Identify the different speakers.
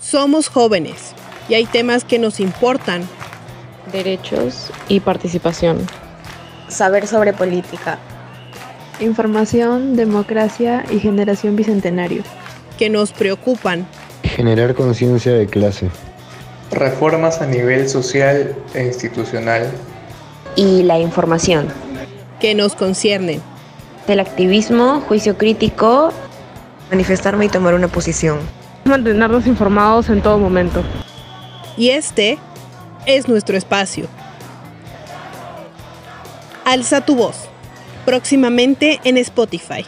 Speaker 1: Somos jóvenes y hay temas que nos importan.
Speaker 2: Derechos y participación.
Speaker 3: Saber sobre política.
Speaker 4: Información, democracia y generación bicentenario.
Speaker 1: Que nos preocupan.
Speaker 5: Generar conciencia de clase.
Speaker 6: Reformas a nivel social e institucional.
Speaker 7: Y la información.
Speaker 1: Que nos conciernen.
Speaker 7: El activismo, juicio crítico.
Speaker 8: Manifestarme y tomar una posición.
Speaker 9: Mantenernos informados en todo momento.
Speaker 1: Y este es nuestro espacio. Alza tu voz. Próximamente en Spotify.